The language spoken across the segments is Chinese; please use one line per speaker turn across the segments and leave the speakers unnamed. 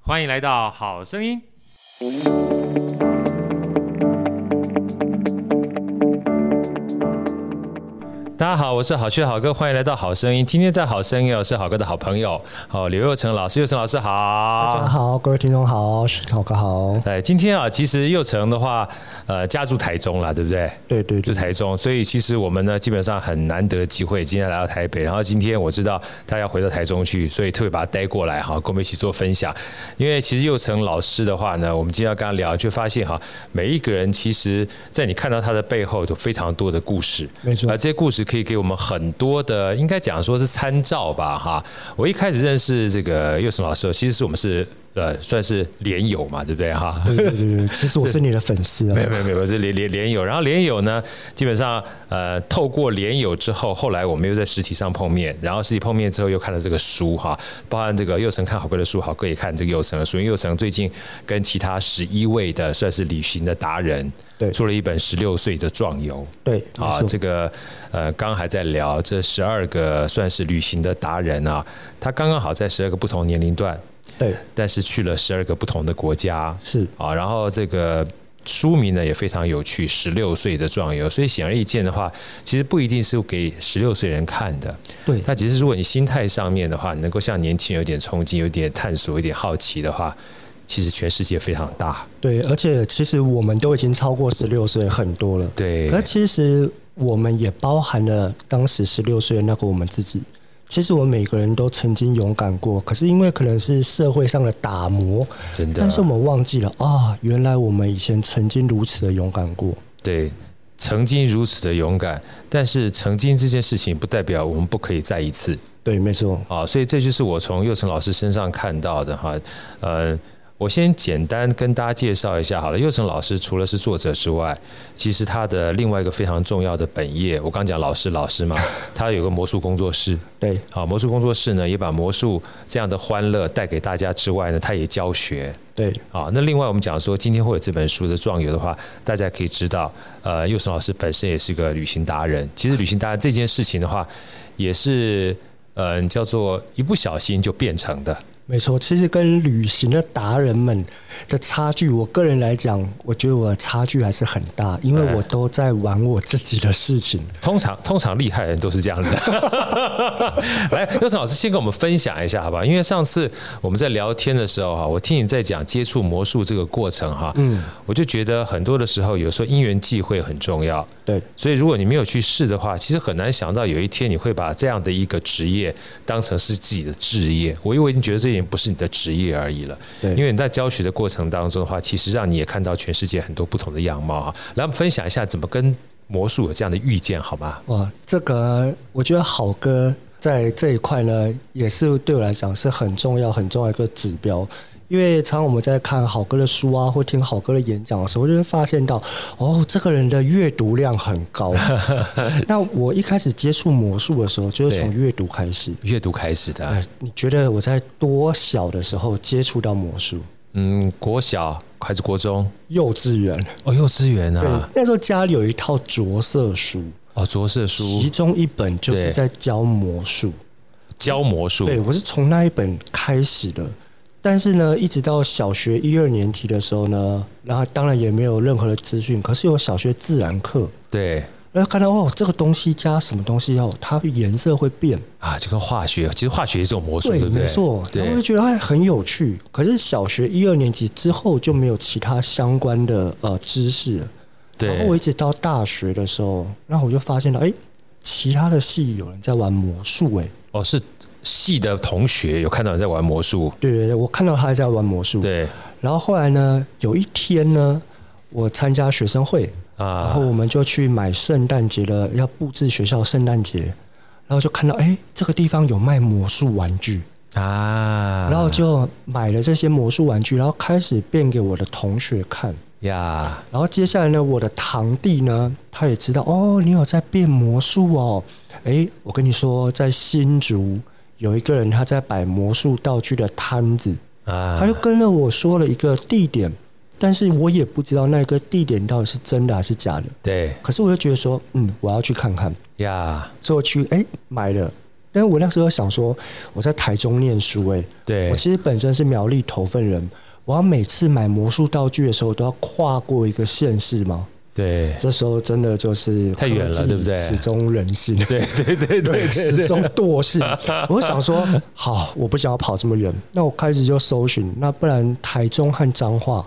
欢迎来到《好声音》。大家好，我是好趣好哥，欢迎来到《好声音》。今天在《好声音》哦我是好哥的好朋友，哦，刘佑成老师，佑成老师好，
大家好，各位听众好，是老哥好，
对，今天啊，其实佑成的话，呃，家住台中啦，对不对？
对对
住
对，
台中，所以其实我们呢，基本上很难得的机会，今天来到台北，然后今天我知道他要回到台中去，所以特别把他带过来哈，跟我们一起做分享。因为其实佑成老师的话呢，我们今天要跟他聊，就发现哈，每一个人其实，在你看到他的背后，有非常多的故事，
没错
而这些故事可以给我们很多的，应该讲说是参照吧哈。我一开始认识这个佑成老师，其实是我们是呃算是连友嘛，对不对哈？
对对对对，其实我是你的粉丝
没
啊，
有没有没有，是连连连友，然后连友呢，基本上呃，透过连友之后，后来我们又在实体上碰面，然后实体碰面之后又看了这个书哈，包含这个佑成看好哥的书，好哥也看这个佑成的书，因为佑成最近跟其他十一位的算是旅行的达人，
对
出了一本《十六岁的壮游》，
对，
啊
没，错
这个呃，刚刚还在聊这十二个算是旅行的达人啊，他刚刚好在十二个不同年龄段，
对
但是去了十二个不同的国家，
是，
啊，然后这个书名呢也非常有趣，《十六岁的壮游》，所以显而易见的话，其实不一定是给十六岁人看的。
对
它其实如果你心态上面的话，能够像年轻人有点冲劲、有点探索、有点好奇的话，其实全世界非常大。
对，而且其实我们都已经超过十六岁很多了，
对，
可其实我们也包含了当时十六岁的那个我们自己。其实我们每个人都曾经勇敢过，可是因为可能是社会上的打磨，
真的
但，是我们忘记了啊，原来我们以前曾经如此的勇敢过。
对。曾经如此的勇敢，但是曾经这件事情不代表我们不可以再一次。
对，没错，
啊，所以这就是我从佑成老师身上看到的哈。呃，我先简单跟大家介绍一下好了。佑成老师除了是作者之外，其实他的另外一个非常重要的本业，我刚讲老师老师嘛，他有个魔术工作室。
对
啊，魔术工作室呢，也把魔术这样的欢乐带给大家之外呢，他也教学。
对
啊，那另外我们讲说，今天会有这本书的壮游的话，大家可以知道，呃，佑成老师本身也是个旅行达人。其实旅行达人这件事情的话，也是嗯、叫做一不小心就变成的。
没错，其实跟旅行的达人们的差距，我个人来讲，我觉得我的差距还是很大，因为我都在玩我自己的事情。
通常通常厉害的人都是这样子的。 来，佑成老师先跟我们分享一下，好不好？因为上次我们在聊天的时候哈，我听你在讲接触魔术这个过程哈，嗯，我就觉得很多的时候，有时候因缘际会很重要。
对
所以，如果你没有去试的话，其实很难想到有一天你会把这样的一个职业当成是自己的职业。我因为已经觉得这已经不是你的职业而已了。
对
因为你在教学的过程当中的话，其实让你也看到全世界很多不同的样貌啊。来，我们分享一下怎么跟魔术有这样的遇见，好吗？
哇，这个我觉得好歌在这一块呢，也是对我来讲是很重要、很重要一个指标。因为常常我们在看好歌的书啊，或听好歌的演讲的时候，就会发现到，哦，这个人的阅读量很高。那我一开始接触魔术的时候，就是从
对
阅读开始。
阅读开始的，
哎，你觉得我在多小的时候接触到魔术？
嗯，国小还是国中？
幼稚园，
哦，幼稚园啊，
那时候家里有一套着色书，
哦，着色书
其中一本就是
对
在教魔术。
教魔术，
对，我是从那一本开始的。但是呢，一直到小学一二年级的时候呢，然后当然也没有任何的资讯，可是有小学自然课，
对
然后看到哦，这个东西加什么东西哦，它颜色会变，
啊，就跟化学，其实化学也是种魔术，对不对？
没错，然后
对
就觉得哎很有趣。可是小学一二年级之后就没有其他相关的呃知识了。然后我
对
一直到大学的时候，然后我就发现了，哎，其他的系有人在玩魔术，哎，
哦，是系的同学有看到你在玩魔术，
对对对，我看到他在玩魔术。
对
然后后来呢，有一天呢，我参加学生会，然
啊
后，我们就去买圣诞节的，要布置学校圣诞节，然后就看到，哎，这个地方有卖魔术玩具。
啊，
然后就买了这些魔术玩具，然后开始变给我的同学看。
呀，
然后接下来呢，我的堂弟呢，他也知道哦，你有在变魔术哦。诶，我跟你说，在新竹有一个人他在摆魔术道具的摊子，
啊，
他就跟着我说了一个地点，但是我也不知道那个地点到底是真的还是假的。
对
可是我就觉得说，嗯，我要去看看，
呀，
所以我去诶买了。但是我那时候想说，我在台中念书、欸，
对
我其实本身是苗栗头份人，我要每次买魔术道具的时候都要跨过一个县市吗？
对
这时候真的就是
太远了
科技
对不对
始终人 性，
对对对对对
始
对，
终惰 性。我想说，好，我不想要跑这么远，那我开始就搜寻，那不然台中和彰化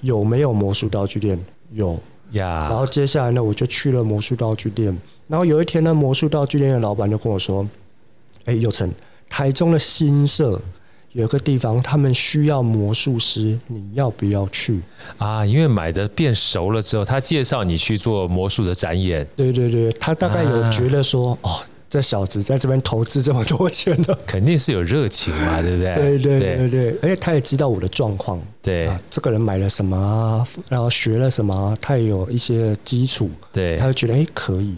有没有魔术道具店？有。然
呀，
后接下来呢，我就去了魔术道具店。然后有一天呢，魔术道具店的老板就跟我说：“哎，有成，台中的新社有一个地方，他们需要魔术师，你要不要去？”
啊，因为买的变熟了之后，他介绍你去做魔术的展演，
对对对，他大概有觉得说，哦，这小子在这边投资这么多钱的，
肯定是有热情嘛，对不对？
对对对对，而且他也知道我的状况，
对
啊，这个人买了什么啊，然后学了什么啊，他也有一些基础，
对
他就觉得哎可以。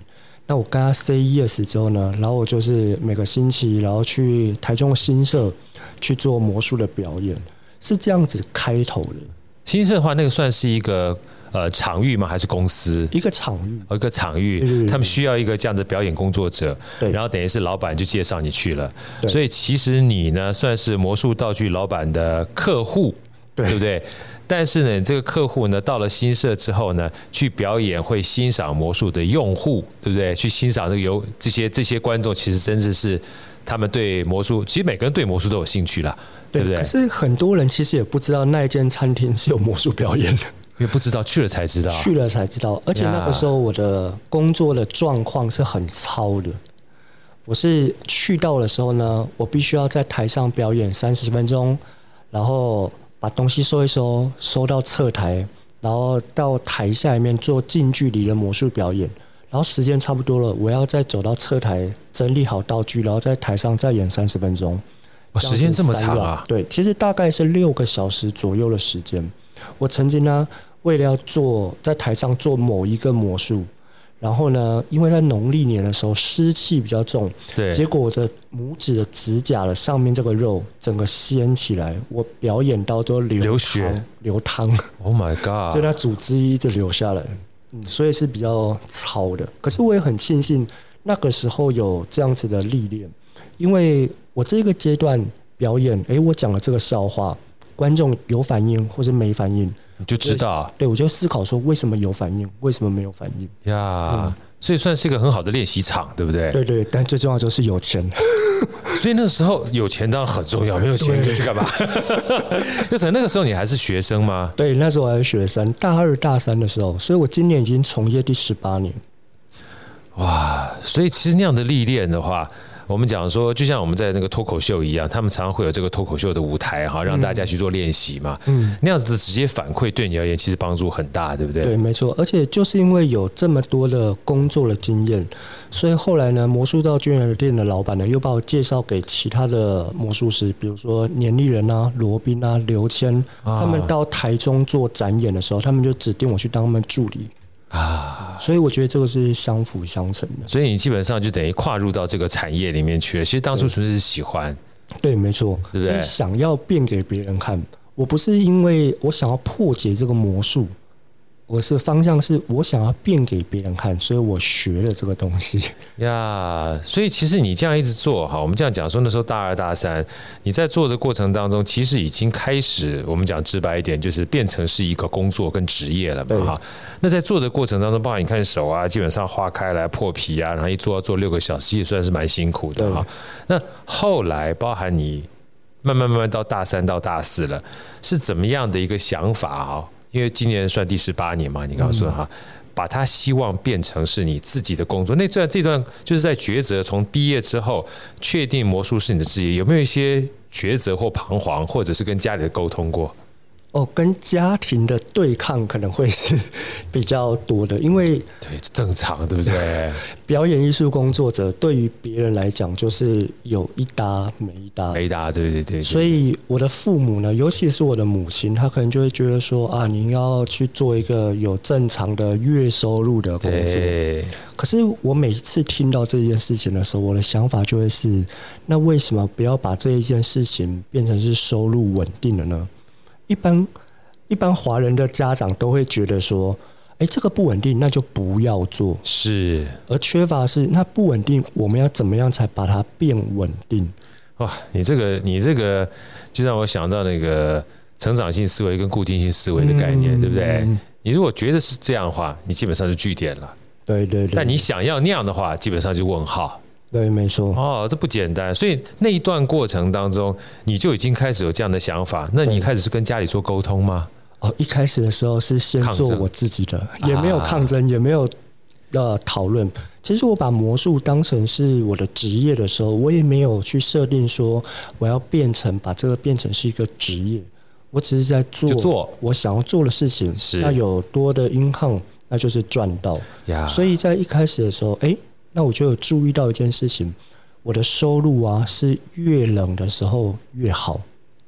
那我跟他 say yes 之后呢，然后我就是每个星期，然后去台中新社去做魔术的表演，是这样子开头的
新社的话，那个算是一个呃场域吗？还是公司？
一个场域。
哦一个场
对对
域，
对
他们需要一个这样的表演工作者，
对
然后等于是老板就介绍你去了，
对
所以其实你呢算是魔术道具老板的客户，对不对？但是呢，你这个客户呢到了新社之后呢，去表演会欣赏魔术的用户，对不对？去欣赏这个游这些这些观众，其实真的是他们对魔术，其实每个人对魔术都有兴趣啦，对不对
可？是很多人其实也不知道那一间餐厅是有魔术表演的。
因为不知道去了才知道，
去了才知道，而且那个时候我的工作的状况是很超的。我是去到的时候呢，我必须要在台上表演三十分钟，然后把东西收一收，收到侧台，然后到台下里面做近距离的魔术表演，然后时间差不多了，我要再走到侧台整理好道具，然后在台上再演三十分钟。
哦时间这么
样
长
子三
啊
个！对，其实大概是六个小时左右的时间。我曾经呢，为了要做在台上做某一个魔术，然后呢，因为在农历年的时候湿气比较重，
对，
结果我的拇指的指甲的上面这个肉整个掀起来，我表演到都流
流
汤
血
流汤，
Oh my
就
God！
它组织一直流下来，啊嗯，所以是比较糙的。可是我也很庆幸那个时候有这样子的历练，因为我这个阶段表演，诶，我讲了这个笑话，观众有反应或者没反应，
你就知道
对我就思考说为什么有反应，为什么没有反应？
呀，所以算是一个很好的练习场，对不嗯对？
对对，但最重要就是有钱。
所以那时候有钱当然很重要，没有钱可以去干 嘛？就是那个时候你还是学生吗？
对，那时候我还是学生，大二大三的时候，所以我今年已经从业第十八年。
哇！所以其实那样的历练的话，我们讲说，就像我们在那个脱口秀一样，他们常常会有这个脱口秀的舞台哈，让大家去做练习嘛。嗯，那样子的直接反馈对你而言其实帮助很大，对不对？
对，没错，而且就是因为有这么多的工作的经验，所以后来呢，魔术道具店的老板呢，又把我介绍给其他的魔术师，比如说年利人啊、罗宾啊、刘谦，
啊
他们到台中做展演的时候，他们就指定我去当他们助理，
啊，
所以我觉得这个是相辅相成的。
所以你基本上就等于跨入到这个产业里面去了。其实当初纯粹是喜欢，
对，没错，
对不对
就是想要变给别人看。我不是因为我想要破解这个魔术，我是方向是我想要变给别人看，所以我学了这个东西。
呀所以其实你这样一直做哈，我们这样讲说那时候大二大三，你在做的过程当中，其实已经开始，我们讲直白一点，就是变成是一个工作跟职业了嘛
对
哈。那在做的过程当中，包括你看手啊，基本上化开来破皮啊，然后一做要做六个小时，也算是蛮辛苦的
对
哈。那后来包含你慢慢慢慢到大三到大四了，是怎么样的一个想法啊？因为今年算第十八年嘛，你刚刚说哈，把它希望变成是你自己的工作。那这这段就是在抉择，从毕业之后确定魔术是你的职业，有没有一些抉择或彷徨，或者是跟家里的沟通过？
哦，跟家庭的对抗可能会是 比较多的，因为
对，正常，对不对？
表演艺术工作者对于别人来讲就是有一搭没一搭，
回答，对对对，
所
以
以我的父母呢，尤其是我的母亲，她可能就会觉得说啊，你应该要去做一个有正常的月收入的工作。
对
可是我每次听到这件事情的时候，我的想法就会是：那为什么不要把这一件事情变成是收入稳定的呢？一般一般华人的家长都会觉得说：哎，这个不稳定，那就不要做。
是
而缺乏是那不稳定，我们要怎么样才把它变稳定？
哇，你这个你这个就让我想到那个成长性思维跟固定性思维的概念，
嗯
对不对？你如果觉得是这样的话，你基本上是据点了；
对对对，
但你想要那样的话，基本上就问号。
对没错，
哦，这不简单。所以那一段过程当中，你就已经开始有这样的想法。那你
对
开始是跟家里做沟通吗？
哦，一开始的时候是先
抗
做
争啊
我自己的，也没有抗争，也没有呃讨论。其实我把魔术当成是我的职业的时候，我也没有去设定说我要变成把这个变成是一个职业，我只是在做
就做
我想要做的事情。
是
那有多的 income，那就是赚到。
呀，
所以在一开始的时候，诶，那我就有注意到一件事情，我的收入啊是越冷的时候越好。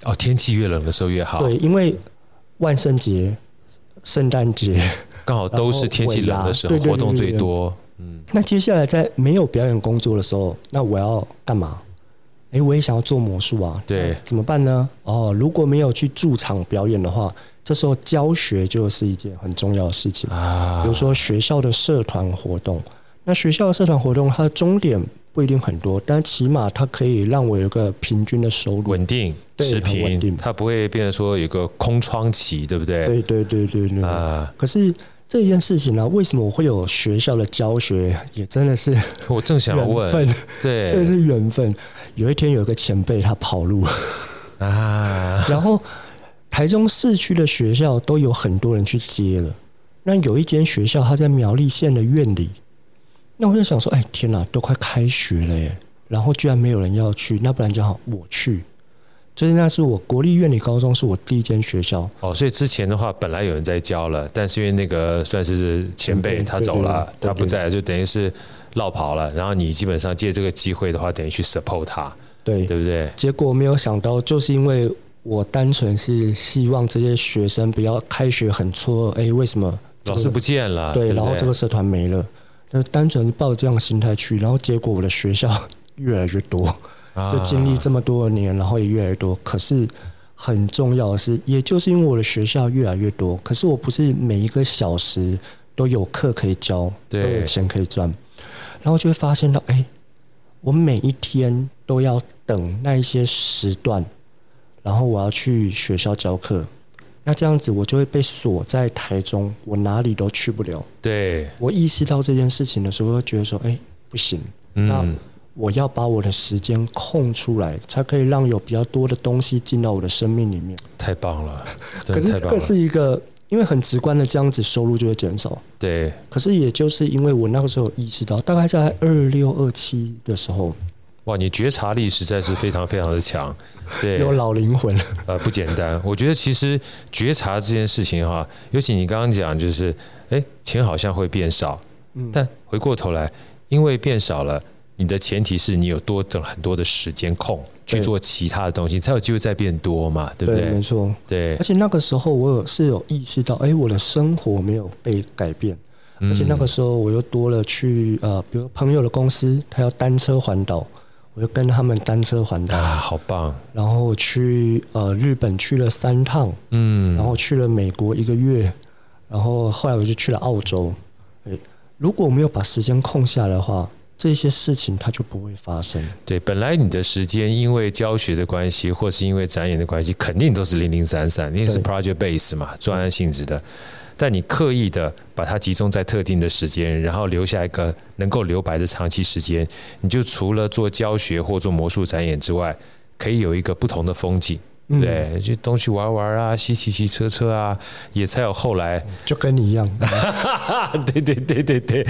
哦，天气越冷的时候越好，
对，因为万圣节、圣诞节，
刚好都是天气冷的时候
然后尾牙
活动最
对对对嗯
多。
对那接下来在没有表演工作的时候，那我要干嘛？诶，我也想要做魔术啊，
对
那怎么办呢？哦，如果没有去驻场表演的话，这时候教学就是一件很重要的事情。
啊，
比如说学校的社团活动，那学校的社团活动，它的终点不一定很多，但起码它可以让我有一个平均的收入。
稳定
对
持
很稳
平，
定
它不会变成说有个空窗期，对不对？
对对对对对。
啊，
可是这件事情呢、为什么我会有学校的教学，也真的是
我正想
缘
问，
分，这
对
是缘分。有一天有一个前辈他跑路，
啊，
然后台中市区的学校都有很多人去接了。那有一间学校，它在苗栗县的院里。那我就想说，哎，天哪，都快开学了耶，然后居然没有人要去，那不然就好，我去。所以那是我国立院里高中，是我第一间学校。
哦，所以之前的话本来有人在教了，但是因为那个算是前辈
前辈
他走了，
对对对
他不在，就等于是落跑了。然后你基本上借这个机会的话，等于去 support 他，
对，
对不对？
结果没有想到，就是因为我单纯是希望这些学生不要开学很错愕，哎，为什么这
老
个
师不见了，
啊对，
不
然后这个社团没了，就单纯是抱这样的心态去，然后结果我的学校 越来越多，
啊
就经历这么多年，然后也越来越多。可是很重要的是，也就是因为我的学校越来越多，可是我不是每一个小时都有课可以教，都
对
有钱可以赚，然后就会发现到，哎，我每一天都要等那一些时段，然后我要去学校教课。那这样子，我就会被锁在台中，我哪里都去不了。
对，
我意识到这件事情的时候，我就觉得说，哎、不行，那
嗯，
我要把我的时间空出来，才可以让有比较多的东西进到我的生命里面。
太棒了，真
可
的
是
太
这
棒
个
了，
是一个，因为很直观的这样子，收入就会减少。
对，
可是也就是因为我那个时候有意识到，大概在二六二七的时候，
哇，你觉察力实在是非常非常的强，对，
有老灵魂了，
呃，不简单。我觉得其实觉察这件事情哈，尤其你刚刚讲，就是哎，钱好像会变少，
嗯
但回过头来，因为变少了，你的前提是你有多等很多的时间空去
对
做其他的东西，才有机会再变多嘛，对不
对，没
对？
错。
对
而，且那个时候我有是有意识到，哎、我的生活没有被改变。而且那个
嗯
时候我又多了去呃，比如朋友的公司，他要单车环岛，我就跟他们单车环岛，
啊，好棒，
然后我去呃日本去了三趟，
嗯，
然后去了美国一个月，然后后来我就去了澳洲。诶，如果我没有把时间空下来的话，这些事情它就不会发生。
对，本来你的时间因为教学的关系，或是因为展演的关系，肯定都是零零散散，因为是
对
project base 嘛，专案性质的。但你刻意的把它集中在特定的时间，然后留下一个能够留白的长期时间，你就除了做教学或做魔术展演之外，可以有一个不同的风景，
嗯，
对，就东西玩玩啊，西骑骑车车啊，也才有后来
就跟你一 样，
哈， 对对对对对，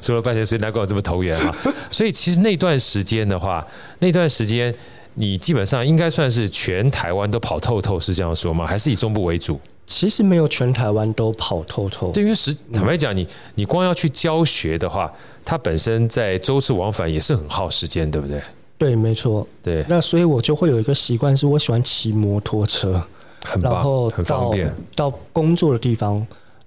说了半天，所以难怪我这么投缘啊。 所以其实那段时间的话，那段时间你基本上应该算是全台湾都跑透透，是这样说吗？还是以中部为主？
其实没有全台湾都跑透透。
对，因为实
嗯
坦白讲，你你光要去教学的话，它本身在周次往返也是很耗时间，对不对？
对，没错。
对，
那所以我就会有一个习惯，是我喜欢骑摩托车。
很
然
棒，
后
嗯很方
到
便。
到工作的地方，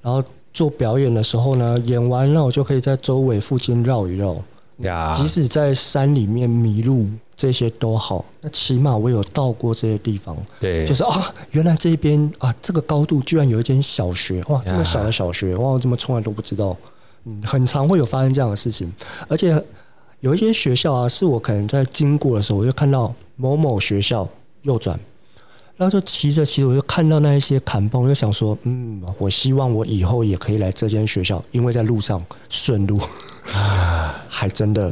然后做表演的时候呢，演完了我就可以在周围附近绕一绕，
呀
即使在山里面迷路这些都好，那起码我有到过这些地方，
对，
就是啊，原来这边啊这个高度居然有一间小学，哇，这么小的小学，哇，我怎么从来都不知道？嗯，很常会有发生这样的事情，而且有一些学校啊，是我可能在经过的时候，我就看到某某学校右转。然后就骑着骑着，我就看到那一些砍棒，我就想说，嗯，我希望我以后也可以来这间学校，因为在路上顺路。还真的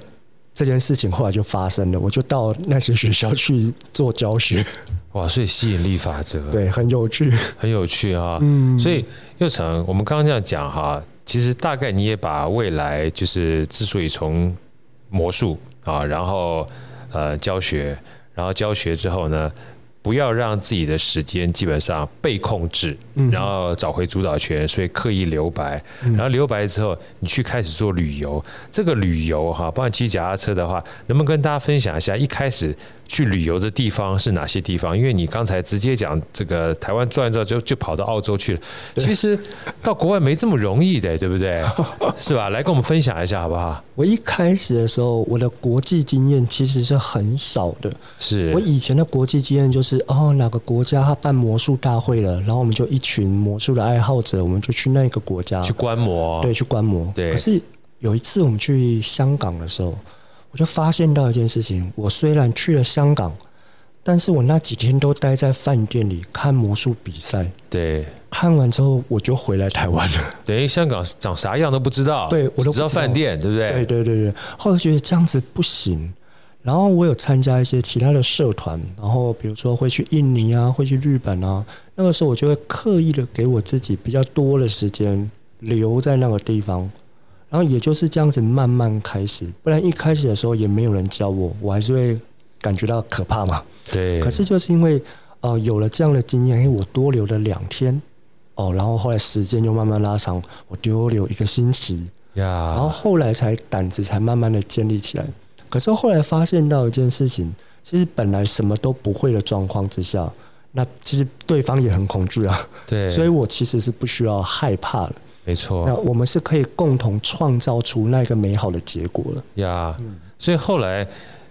这件事情后来就发生了，我就到那些学校去做教学，
哇，所以吸引力法则
对，很有趣。
很有趣啊。
嗯
所以佑成，我们刚刚这样讲哈、其实大概你也把未来就是之所以从魔术啊，然后呃教学，然后教学之后呢，不要让自己的时间基本上被控制，
嗯
然后找回主导权，所以刻意留白。然后留白之后，你去开始做旅游。这个旅游哈、包括骑脚踏车的话，能不能跟大家分享一下一开始去旅游的地方是哪些地方？因为你刚才直接讲这个台湾转一转就就跑到澳洲去了，其实到国外没这么容易的，对不 对？是吧？来跟我们分享一下好不好？
我一开始的时候，我的国际经验其实是很少的。
是
我以前的国际经验就是，哦，哪个国家他办魔术大会了，然后我们就一群魔术的爱好者，我们就去那个国家
去观摩，
对，去观摩。
对
可是有一次我们去香港的时候，我就发现到一件事情：我虽然去了香港，但是我那几天都待在饭店里看魔术比赛，
对，
看完之后我就回来台湾了。
等于香港长啥样都不知道，
对我
只
都不
知道
知道
饭店，对不对？
对对对对，后来觉得这样子不行。然后我有参加一些其他的社团，然后比如说会去印尼啊，会去日本啊。那个时候我就会刻意的给我自己比较多的时间留在那个地方，然后也就是这样子慢慢开始。不然一开始的时候也没有人教我，我还是会感觉到可怕嘛。
对
可是就是因为呃有了这样的经验，因为我多留了两天哦，然后后来时间就慢慢拉长，我多留一个星期，然后
呀，
后来才胆子才慢慢的建立起来。可是后来发现到一件事情，其实本来什么都不会的状况之下，那其实对方也很恐惧啊，
对，哦
所以我其实是不需要害怕的。
没错
那，我们是可以共同创造出那个美好的结果的。
呀，
嗯
所以后来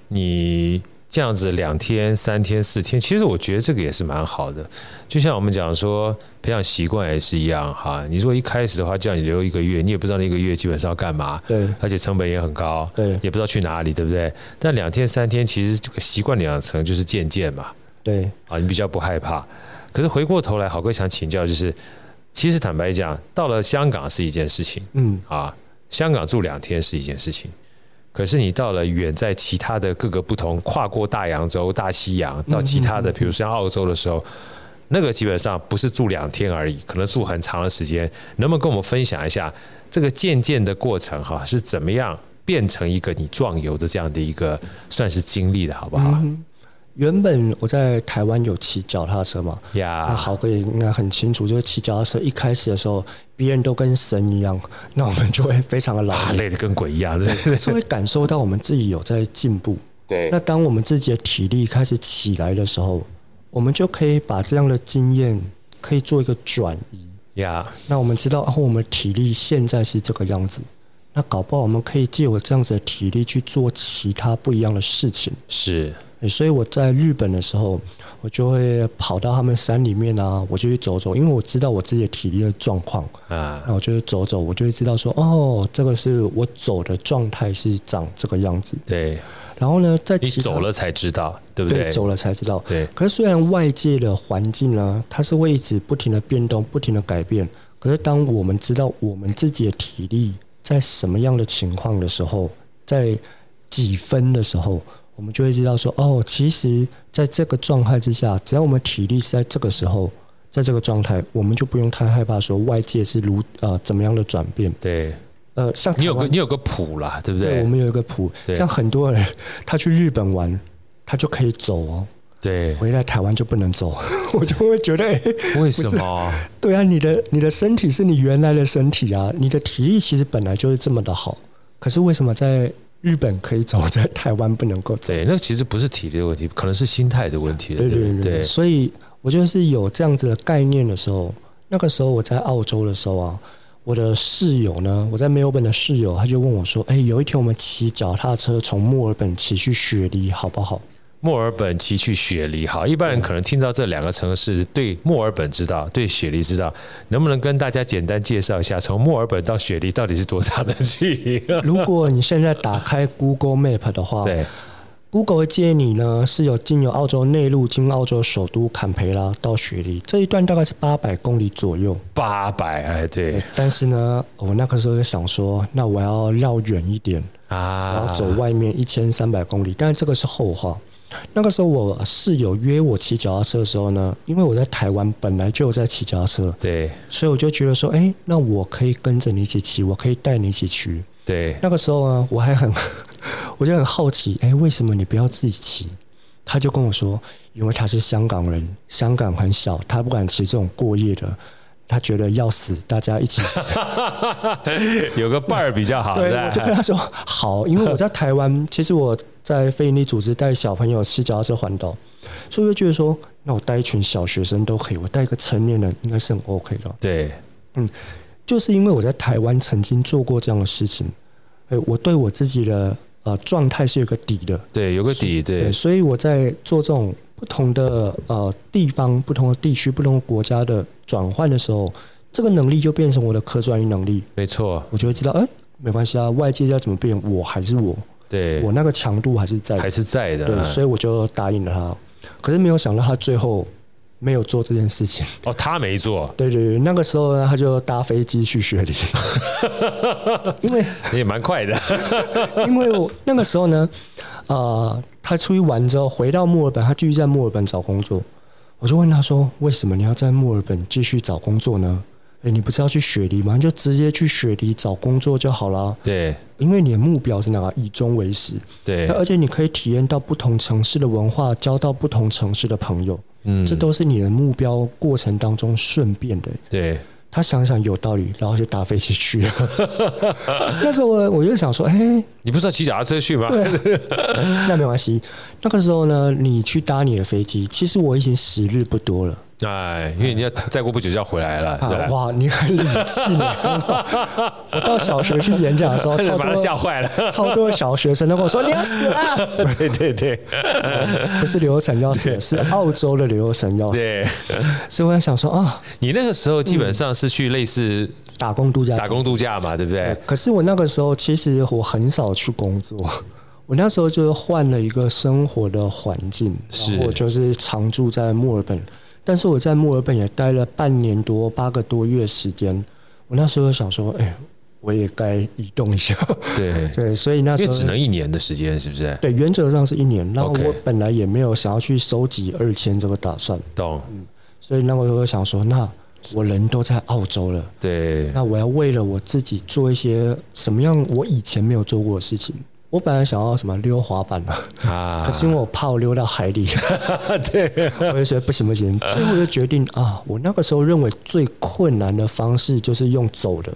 你这样子两天、三天、四天，其实我觉得这个也是蛮好的。就像我们讲说，培养习惯也是一样哈。你说一开始的话，叫你留一个月，你也不知道那一个月基本上要干嘛，
对
而且成本也很高，
对
也不知道去哪里，对不对？但两天、三天，其实这个习惯的养成就是渐渐嘛，
对，
啊，你比较不害怕。可是回过头来，好哥想请教，就是其实坦白讲，到了香港是一件事情。
嗯，
啊，香港住两天是一件事情，可是你到了远在其他的各个不同，跨过大洋洲、大西洋到其他的，比如像澳洲的时候，那个基本上不是住两天而已，可能住很长的时间。能不能跟我们分享一下这个渐渐的过程哈、是怎么样变成一个你壮游的这样的一个算是经历的好不好？
原本我在台湾有骑脚踏车嘛，那
呀，
豪哥也应该很清楚，就是骑脚踏车一开始的时候，别人都跟神一样，那我们就会非常 的劳
啊，
累，
累得跟鬼一样，对
可是会感受到我们自己有在进步。
对
那当我们自己的体力开始起来的时候，我们就可以把这样的经验可以做一个转移。
呀，
那我们知道，哦，我们体力现在是这个样子，那搞不好我们可以借由这样子的体力去做其他不一样的事情。
是
所以我在日本的时候，我就会跑到他们山里面啊，我就去走走，因为我知道我自己的体力的状况，
啊
那我就去走走，我就会知道说，哦，这个是我走的状态是长这个样子。
对
然后呢，在
你
其他
走了才知道，对不
对走了才知道。
对
可是虽然外界的环境呢，它是会一直不停的变动、不停的改变，可是当我们知道我们自己的体力在什么样的情况的时候，在几分的时候，我们就会知道说，哦，其实在这个状态之下，只要我们体力是在这个时候。在这个状态，我们就不用太害怕说外界是如呃怎么样的转变。
对。
呃，像
你有
台
个
湾
你有个谱啦，对不
对，
对？
我们有一个谱，
对
像很多人他去日本玩，他就可以走哦，
对，
回来台湾就不能走， 我就会觉得，哎、
为什么？
对啊，你的你的身体是你原来的身体啊，你的体力其实本来就是这么的好，可是为什么在日本可以走，在台湾不能够走？
对，那其实不是体力的问题，可能是心态的问题了。
对
对
对
不
对对，所以我就是有这样子的概念的时候，那个时候我在澳洲的时候啊，我的室友呢，我在墨尔本的室友，他就问我说：“哎、有一天我们骑脚踏车从墨尔本骑去雪梨好不好
墨尔本骑去雪梨，好，一般人可能听到这两个城市，对墨尔本知道，对雪梨知道，能不能跟大家简单介绍一下，从墨尔本到雪梨到底是多长的距 离？？”
如果你现在打开 Google Map 的话，
对，
Google 会建议你呢是有经由澳洲内陆，经澳洲首都坎培拉到雪梨这一段大概是八百公里左右。
八百，哎，对
但是呢，我那个时候就想说，那我要绕远一点，然
啊
后，走外面一千三百公里。但是这个是后话。那个时候我室友约我骑脚踏车的时候呢，因为我在台湾本来就有在骑脚踏车，
对
所以我就觉得说，哎、那我可以跟着你一起骑，我可以带你一起去。
对，
那个时候啊，我还很， 我就很好奇，哎、为什么你不要自己骑？他就跟我说，因为他是香港人，香港很小，他不敢骑这种过夜的，他觉得要死，大家一起死。
有个伴儿比较好，
对，
吧
我就跟他说好，因为我在台湾，其实我在非营利组织带小朋友骑脚踏车环岛，所以我就觉得说，那我带一群小学生都可以，我带一个成年人应该是很 OK 的。
对
就是因为我在台湾曾经做过这样的事情，哎、我对我自己的呃状态是有个底的，
对，有个底，对
对，所以我在做这种不同的呃地方、不同的地区、不同的国家的转换的时候，这个能力就变成我的可转移能力，
没错，
我就会知道，哎、没关系啊，外界要怎么变，我还是我，
对，
我那个强度还是在的，
还是在的，
对，
嗯
所以我就答应了他。可是没有想到他最后没有做这件事情。
哦，他没做，
对对对，那个时候呢，他就搭飞机去雪梨， 因为
也蛮快 的，
因为我那个时候呢，呃，他出去玩之后回到墨尔本，他继续在墨尔本找工作。我就问他说：“为什么你要在墨尔本继续找工作呢？诶，你不是要去雪梨吗？你就直接去雪梨找工作就好啦。
对
因为你的目标是哪个？以终为始，
对，
而且你可以体验到不同城市的文化，交到不同城市的朋友，
嗯
这都是你的目标过程当中顺便的。
对
他想想有道理，然后就搭飞机 去了。那时候我我就想说，哎、
你不是要骑脚踏车去吗？
那没关系。那个时候呢，你去搭你的飞机，其实我已经时日不多了。
哎，因为你要再过不久就要回来了，对
啊
吧，？
哇，你很理性耶，很好 我到小学去演讲的 时候，
就
超
把他吓
多
坏了，
超多小学生都跟我说：“你要死 啦！
对对对
不是流程要死，是澳洲的流程要死。
对，”
所以我在想说啊，
你那个时候基本上是去类似
打工度假村
打工度假
嗯
嘛，对不对？
可是我那个时候其实我很少去工作， 我那时候就是换了一个生活的环境，
是
然后我就是常住在墨尔本，但是我在墨尔本也待了半年多八个多月时间。我那时候想说，哎、我也该移动一下，
对，
对，所以那时
因为
候
只能一年的时间，是不是？
对原则上是一年，然后
OK
我本来也没有想要去收集二千这个打算，
懂？
所以那个时候想说，那我人都在澳洲了。
对
那我要为了我自己做一些什么样我以前没有做过的事情。我本来想要什么溜滑板啊，
啊
可，是因为我怕我溜到海里，
对
我就觉得不行不行，所以我就决定啊，我那个时候认为最困难的方式就是用走的，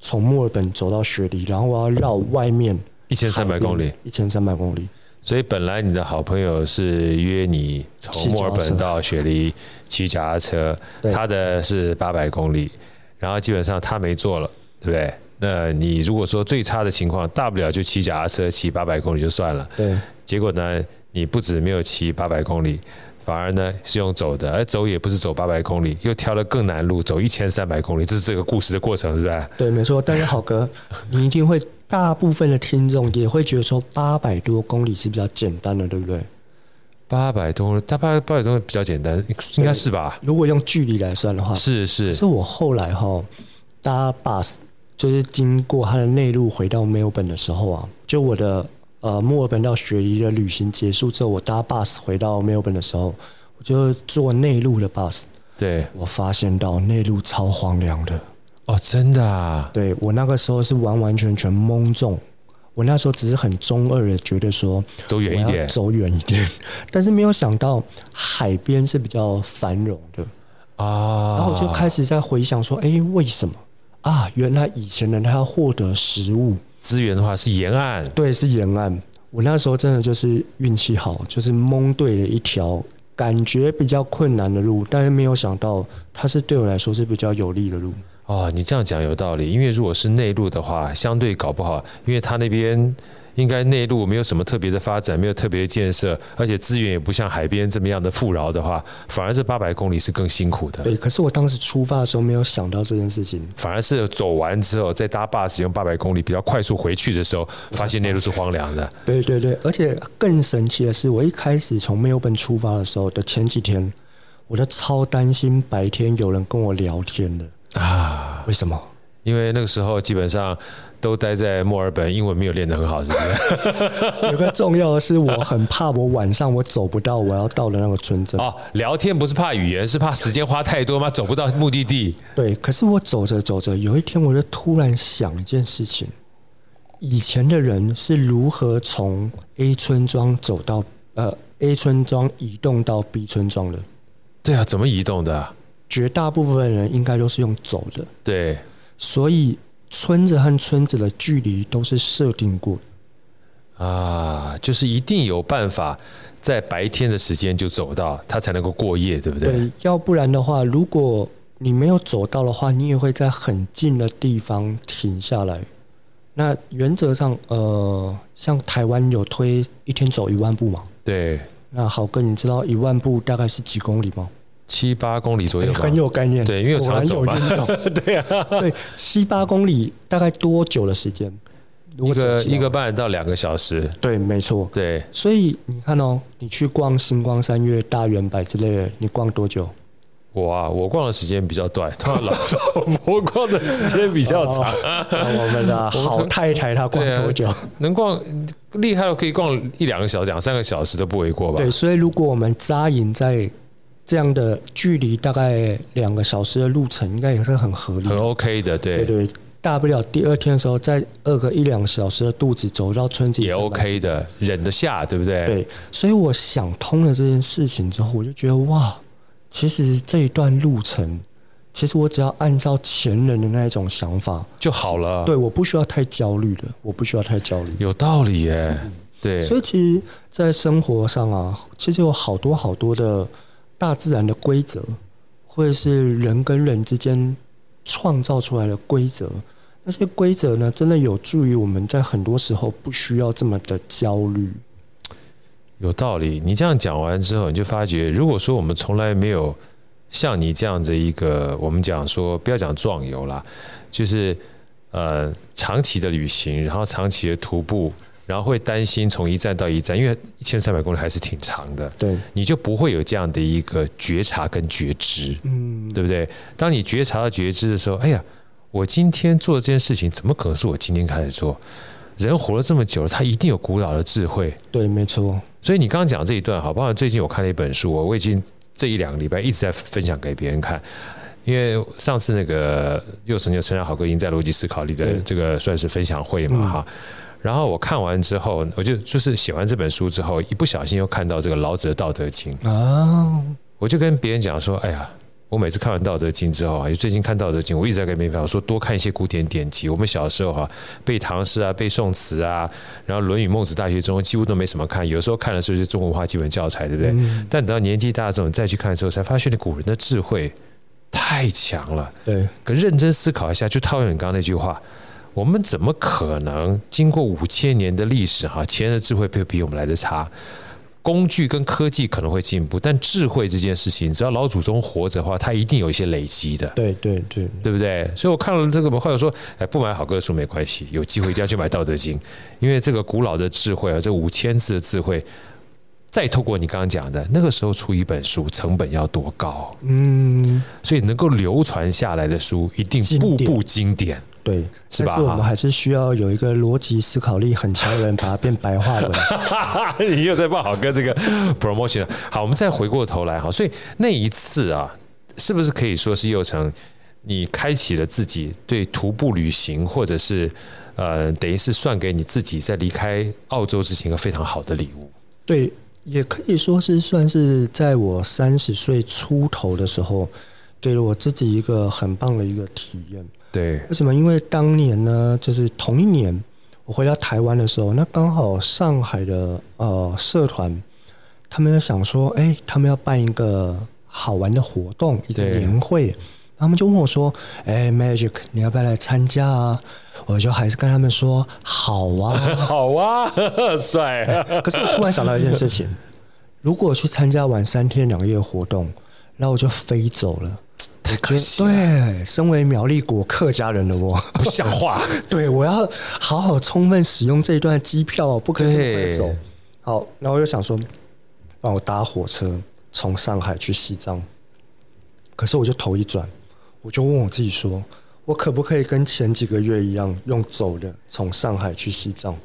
从墨尔本走到雪梨，然后我要绕外面
一千三百公里。，
一千三百公里，
所以本来你的好朋友是约你从墨尔本到雪梨骑脚踏车，
对
他的是八百公里，然后基本上他没做了，对不对？那你如果说最差的情况，大不了就骑脚踏车骑八百公里就算了。
对
结果呢，你不止没有骑八百公里，反而呢是用走的，而走也不是走八百公里，又挑了更难路，走一千三百公里，这是这个故事的过程，是吧？
对，没错。但是好哥， 你一定会大部分的听众也会觉得说八百多公里是比较简单的，对不对？
八百公里，它八八百公里比较简单，应该是吧？
如果用距离来算的话，
是是
是我后来哈搭 bus，就是经过它的内陆回到墨尔本的时候啊，就我的呃墨尔本到雪梨的旅行结束之后，我搭 bus 回到墨尔本的时候，我就坐内陆的 bus，
对。
我发现到内陆超荒凉的。
哦，真的啊，
对我那个时候是完完全全懵中，我那时候只是很中二的觉得说
走远一
我要
点
走远一点，但是没有想到海边是比较繁荣的。
啊。
然后我就开始在回想说，诶，为什么啊？原来以前人他要获得食物，
资源的话是沿岸，
对，是沿岸。我那时候真的就是运气好，就是蒙对了一条感觉比较困难的路，但是没有想到它是对我来说是比较有利的路。
哦，你这样讲有道理，因为如果是内陆的话，相对搞不好，因为他那边应该内陆没有什么特别的发展，没有特别的建设，而且资源也不像海边这么样的富饶的话，反而这八百公里是更辛苦的。
对，可是我当时出发的时候没有想到这件事情，
反而是走完之后，再搭 bus 用八百公里比较快速回去的时候，发现内陆是荒凉的。
对对对，而且更神奇的是，我一开始从墨尔本出发的时候的前几天，我都超担心白天有人跟我聊天的啊？为什么？
因为那个时候基本上都待在墨尔本，英文没有练得很好，是不是？
有个重要的是，我很怕我晚上我走不到我要到的那个村镇。
哦，聊天不是怕语言，是怕时间花太多吗？走不到目的地。
对，可是我走着走着，有一天我就突然想一件事情：以前的人是如何从 A 村庄走到呃 A 村庄移动到 B 村庄的？
对啊，怎么移动的啊、
绝大部分人应该都是用走的，
对，
所以村子和村子的距离都是设定过的。
啊，就是一定有办法在白天的时间就走到，他才能够过夜，对不对？
对，要不然的话，如果你没有走到的话，你也会在很近的地方停下来。那原则上，呃，像台湾有推一天走一万步嘛？
对，
那好哥，你知道一万步大概是几公里吗？
七八公里左右
你
吧。
很有概念，
对因为我
果
常
然
走
有
嘛
运动。
对啊，
对，七八公里大概多久的时间？如
一
果
个
走起来
一个半到两个小时。
对，没错。
对，
所以你看哦，你去逛星光三月、大圆柏之类的，你逛多久？
我啊，我逛的时间比较短，通 常老老婆逛的时间比较长，
哦那我们的好太太她逛
对啊
多久？
能逛厉害了可以逛一两个小时、两三个小时都不为过吧？
对，所以如果我们扎营在这样的距离，大概两个小时的路程，应该也是很合理
很
的。
OK 的，对，
对对，大不了第二天的时候再饿个一两个小时的肚子，走到村子
也 OK 的，忍得下，对不对？
对，所以我想通了这件事情之后，我就觉得哇，其实这一段路程，其实我只要按照前人的那一种想法，
就好了。
对，我不需要太焦虑的，我不需要太焦虑。
有道理耶，对，
嗯所以其实，在生活上啊，其实有好多好多的大自然的规则，或者是人跟人之间创造出来的规则。那些规则呢，真的有助于我们在很多时候不需要这么的焦虑。
有道理。你这样讲完之后，你就发觉，如果说我们从来没有像你这样的一个，我们讲说不要讲壮游啦，就是呃长期的旅行，然后长期的徒步，然后会担心从一站到一站，因为一千三百公里还是挺长的，
对，
你就不会有这样的一个觉察跟觉知。
嗯，
对不对？当你觉察到觉知的时候，哎呀，我今天做这件事情，怎么可能是我今天开始做？人活了这么久了，他一定有古老的智慧。
对，没错。
所以你刚刚讲这一段，好，包括最近我看了一本书，我我已经这一两个礼拜一直在分享给别人看。因为上次那个又成就成长好歌赢在逻辑思考力的
对
这个算是分享会嘛哈，然后我看完之后，我就就是写完这本书之后，一不小心又看到这个老子的《道德经》，
啊，
我就跟别人讲说，哎呀，我每次看完《道德经》之后啊，最近看《道德经》，我一直在跟别人讲，我说多看一些古典典籍。我们小时候哈、背唐诗啊，背宋词啊，然后《论语》《孟子》《大学》中几乎都没什么看，有时候看的时候就是中国文化基本教材，对不对？
嗯
但等到年纪大之后，你再去看的时候，才发现古人的智慧太强了。
对，
可认真思考一下，就套用你刚刚那句话，我们怎么可能经过五千年的历史哈，前人的智慧会比我们来的差？工具跟科技可能会进步，但智慧这件事情，只要老祖宗活着的话，他一定有一些累积的，
对，对，对，
对不对？所以我看了这个，我后来说，哎，不买好歌书没关系，有机会一定要去买《道德经》，因为这个古老的智慧啊，这五千字的智慧，再透过你刚刚讲的，那个时候出一本书成本要多高？
嗯，
所以能够流传下来的书，一定
经
步
典
步经典，
对。
是吧
但是我们
哈
还是需要有一个逻辑思考力很强的人，把它变白话文。
哈哈，你又在帮好哥这个 promotion 了。好，我们再回过头来哈，所以那一次啊，是不是可以说是佑成，你开启了自己对徒步旅行，或者是呃，等于是算给你自己在离开澳洲之前一个非常好的礼物。
对，也可以说是算是在我三十岁出头的时候，给了我自己一个很棒的一个体验。
对，
为什么？因为当年呢，就是同一年我回到台湾的时候，那刚好上海的呃社团，他们在想说，哎、他们要办一个好玩的活动，一个
对
年会，他们就问我说：“哎、m a g i c 你要不要来参加啊？”我就还是跟他们说：“好啊。
好啊，帅啊！”
可是我突然想到一件事情，如果我去参加完三天两夜的活动，然后我就飞走了，
太可惜了，
对，身为苗栗国客家人的我，
不像 话。
对我要好好充分使用这一段机票，不可以这么快
对
走。好，然后我就想说，让我搭火车从上海去西藏。可是我就头一转，我就问我自己说，我可不可以跟前几个月一样，用走的从上海去西藏？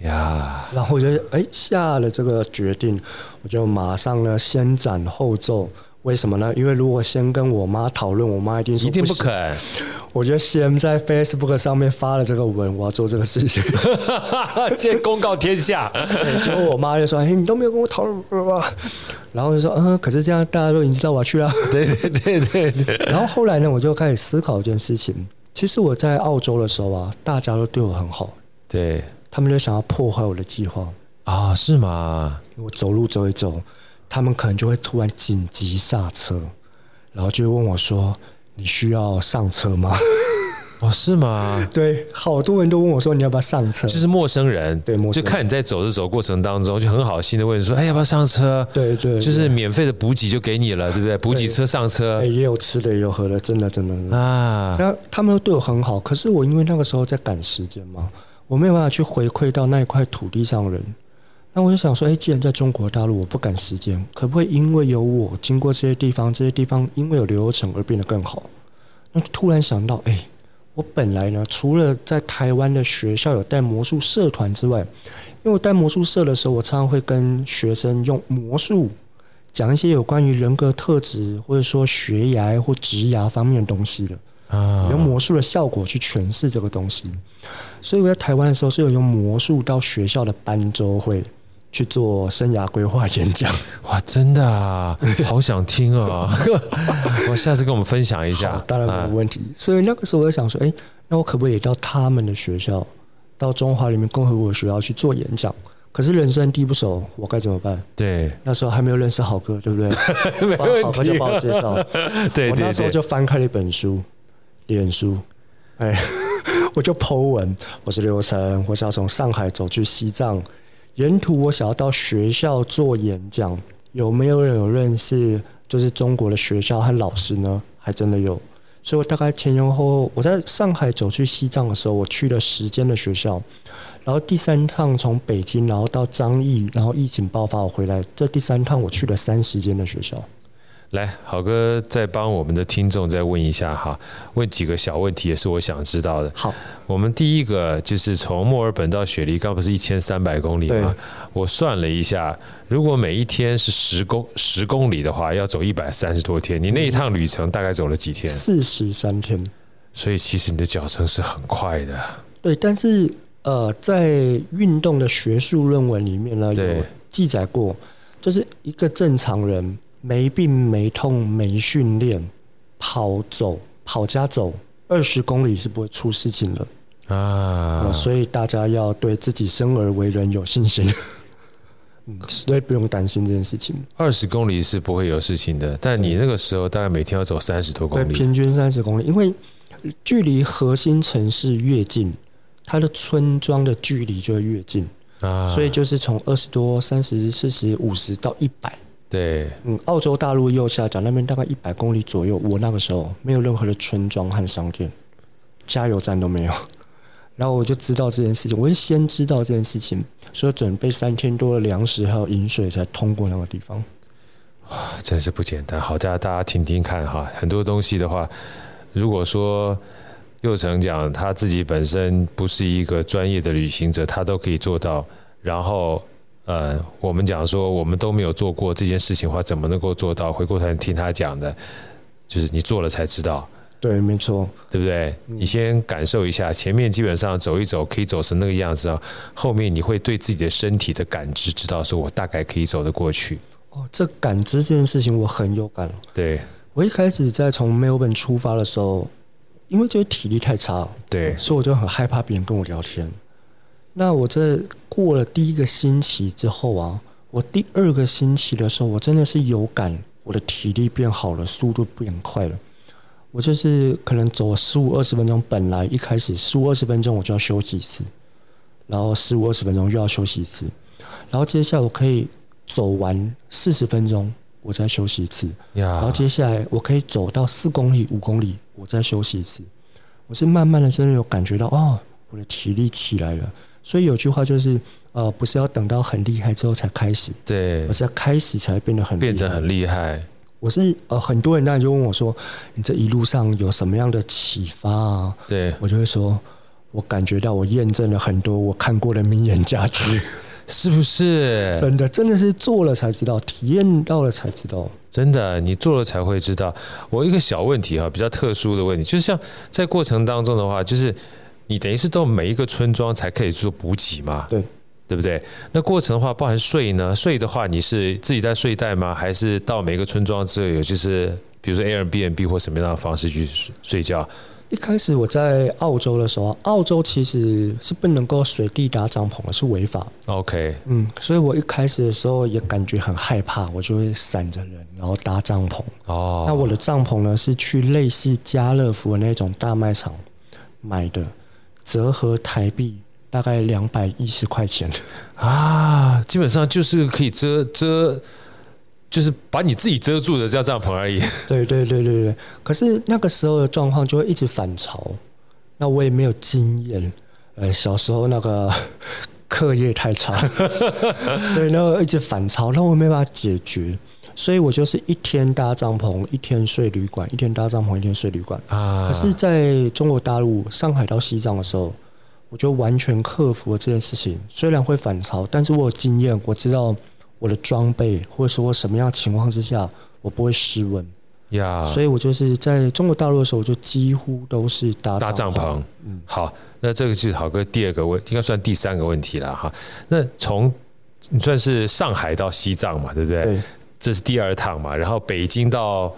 呀，
然后我就哎下了这个决定，我就马上呢先斩后奏。为什么呢？因为如果先跟我妈讨论，我妈一定说
一定不
行
肯，
我就先在 Facebook 上面发了这个文，我要做这个事 情。
先公告天下。
对结果我妈就说：“哎、你都没有跟我讨论，吧吧吧然后就说：“嗯，可是这样大家都已经知道我要去了。
对对对对对，”
然后后来呢，我就开始思考一件事情。其实我在澳洲的时候啊，大家都对我很好，
对
他们就想要破坏我的计划。
啊，是吗？
我走路走一走，他们可能就会突然紧急刹车，然后就会问我说：“你需要上车吗
哦，是 吗？”？
对，好多人都问我说：“你要不要上车？”
就是陌生人，
对陌生人
就看你在走着走的过程当中，就很好心的问说：“哎，要不要上车？”
对对对
就是免费的补给就给你了，对不对？补给车上车
哎、也有吃的，也有喝的，真的，真的。真的
啊，
那他们都对我很好，可是我因为那个时候在赶时间嘛，我没有办法去回馈到那一块土地上的人。那我就想说，哎、既然在中国大陆我不赶时间，可不可以因为有我经过这些地方，这些地方因为有刘成而变得更好？那突然想到，哎、我本来呢，除了在台湾的学校有带魔术社团之外，因为我带魔术社的时候，我常常会跟学生用魔术讲一些有关于人格特质，或者说学涯或职涯方面的东西的。
啊，
用魔术的效果去诠释这个东西。所以我在台湾的时候是有用魔术到学校的班周会去做生涯规划演讲，
哇，真的啊，好想听 啊！我下次跟我们分享一下啊
好，当然没有问题。所以那个时候我就想说，哎、那我可不可以到他们的学校，到中华人民共和国学校去做演讲？可是人生地不熟，我该怎么办？
对，
那时候还没有认识好哥，对不对？
没
不然
问
好哥 就
题，
帮我介绍。
对
我那
对
时候
对，
就翻开了一本书，脸书，哎， 我就 Po 文，我是刘晨，我是要从上海走去西藏，沿途我想要到学校做演讲，有没有人有认识就是中国的学校和老师呢？还真的有，所以我大概前前后后，我在上海走去西藏的时候，我去了十间的学校。然后第三趟从北京，然后到张掖，然后疫情爆发，我回来。这第三趟我去了三十间的学校。
来，好哥再帮我们的听众再问一下哈，问几个小问题也是我想知道的。
好，
我们第一个就是从墨尔本到雪梨，刚不是一千三百公里吗？我算了一下，如果每一天是十公十公里的话，要走一百三十多天。你那一趟旅程大概走了几天？
四十三天。
所以其实你的脚程是很快的。
对，但是呃，在运动的学术论文里面呢，
对
有记载过，就是一个正常人没病没痛没训练，跑走跑加走二十公里是不会出事情的、
啊
呃，，所以大家要对自己生而为人有信 心。嗯，所以不用担心这件事情。
二十公里是不会有事情的，但你那个时候大概每天要走三十多
对，
公里，
平均三十公里，因为距离核心城市越近，它的村庄的距离就会越近。
啊，
所以就是从二十多、三十、四十、五十到一百。
对，
嗯，澳洲大陆右下角那边大概一百公里左右，我那个时候没有任何的村庄和商店，加油站都没有。 然后我就知道这件事情，我是先知道这件事情，所以准备三天多的粮食还有饮水才通过那个地方。
真是不简单。好，大家大家听听看哈，很多东西的话，如果说佑成讲他自己本身不是一个专业的旅行者，他都可以做到。然后，呃，我们讲说我们都没有做过这件事情的话，怎么能够做到？回过头来听他讲的，就是你做了才知道。
对，没错，
对不对？你先感受一下，前面基本上走一走可以走成那个样子啊，后面你会对自己的身体的感知知道，说我大概可以走得过去。
哦，这感知这件事情我很有感了。
对
我一开始在从墨尔本出发的时候，因为就是体力太差了，
对
所以我就很害怕别人跟我聊天。那我这过了第一个星期之后啊，我第二个星期的时候，我真的是有感，我的体力变好了，速度变快了。我就是可能走十五二十分钟，本来一开始十五二十分钟我就要休息一次，然后十五二十分钟又要休息一次，然后接下来我可以走完四十分钟，我再休息一次，然后
呀，
接下来我可以走到四公里、五公里，我再休息一次。我是慢慢的，真的有感觉到哦，我的体力起来了。所以有句话就是，呃，不是要等到很厉害之后才开始，
对
而，是要开始才会变得很厉害
变成很厉害，
我是呃，很多人当然就问我说，你这一路上有什么样的启发啊？
对，
我就会说，我感觉到我验证了很多我看过的名言价 值，
是不是？
真的，真的是做了才知道，体验到了才知道。
真的，你做了才会知道。我一个小问题哈，比较特殊的问题，就是像在过程当中的话，就是你等于是到每一个村庄才可以做补给嘛，
对
对不对？那过程的话，包含睡呢，睡的话你是自己带睡袋吗？还是到每个村庄之后有就是比如说 Airbnb 或什么样的方式去睡睡觉？
一开始我在澳洲的时候，澳洲其实是不能够随地搭帐篷的，是违法。
OK，
嗯，所以我一开始的时候也感觉很害怕，我就会闪着人，然后搭帐篷。
哦，
那我的帐篷呢是去类似家乐福的那种大卖场买的，折合台币大概两百一十块钱。
啊，基本上就是可以遮遮，就是把你自己遮住的叫帐篷 而已。
对对对对对。可是那个时候的状况就会一直反潮，那我也没有经验，呃，小时候那个 课业太差，所以呢一直反潮，那我没办法解决。所以我就是一天搭帐篷，一天睡旅馆，一天搭帐篷，一天睡旅馆。
啊，
可是在中国大陆上海到西藏的时候，我就完全克服了这件事情。虽然会反潮，但是我有经验，我知道我的装备或者说什么样的情况之下我不会失温，
呀，
所以我就是在中国大陆的时候，我就几乎都是搭
搭帐
篷。
篷。
嗯
好，那这个是好哥第二个问，应该算第三个问题了哈。那从你算是上海到西藏嘛，对不对？
对，
这是第二趟嘛，然后北京到